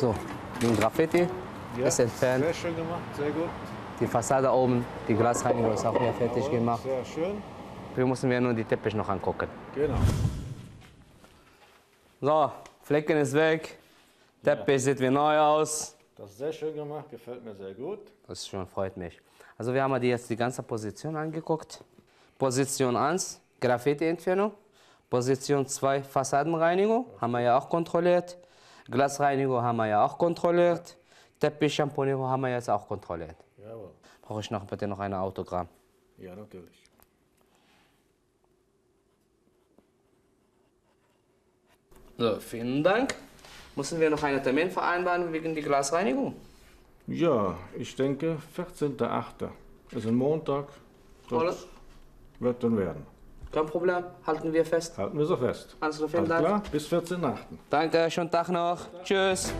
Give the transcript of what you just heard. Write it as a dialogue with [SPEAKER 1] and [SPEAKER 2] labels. [SPEAKER 1] So, den Graffiti
[SPEAKER 2] Ja,
[SPEAKER 1] ist entfernt.
[SPEAKER 2] Sehr schön gemacht, sehr gut.
[SPEAKER 1] Die Fassade oben, die Glasreinigung ist auch mehr fertig gemacht.
[SPEAKER 2] Sehr schön.
[SPEAKER 1] Wir müssen wir nur die Teppich noch angucken.
[SPEAKER 2] Genau.
[SPEAKER 1] So, Flecken ist weg. Teppich sieht wie neu aus.
[SPEAKER 2] Das ist sehr schön gemacht, gefällt mir sehr gut.
[SPEAKER 1] Das ist schon freut mich. Also wir haben die jetzt die ganze Position angeguckt. Position 1, Graffiti-Entfernung. Position 2, Fassadenreinigung, haben wir ja auch kontrolliert. Glasreinigung haben wir ja auch kontrolliert. Teppich, Shampoo haben wir jetzt auch kontrolliert.
[SPEAKER 2] Jawohl.
[SPEAKER 1] Brauche ich noch bitte noch ein Autogramm.
[SPEAKER 2] Ja, natürlich.
[SPEAKER 1] So, vielen Dank. Müssen wir noch einen Termin vereinbaren wegen der Glasreinigung?
[SPEAKER 2] Ja, ich denke 14.8. ist ein Montag.
[SPEAKER 1] Alles.
[SPEAKER 2] Das wird dann werden.
[SPEAKER 1] Kein Problem, halten wir fest.
[SPEAKER 2] Halten wir so fest.
[SPEAKER 1] Also vielen
[SPEAKER 2] Alles
[SPEAKER 1] Dank.
[SPEAKER 2] klar, bis 14.8.
[SPEAKER 1] Danke, schönen Tag noch. Tschüss.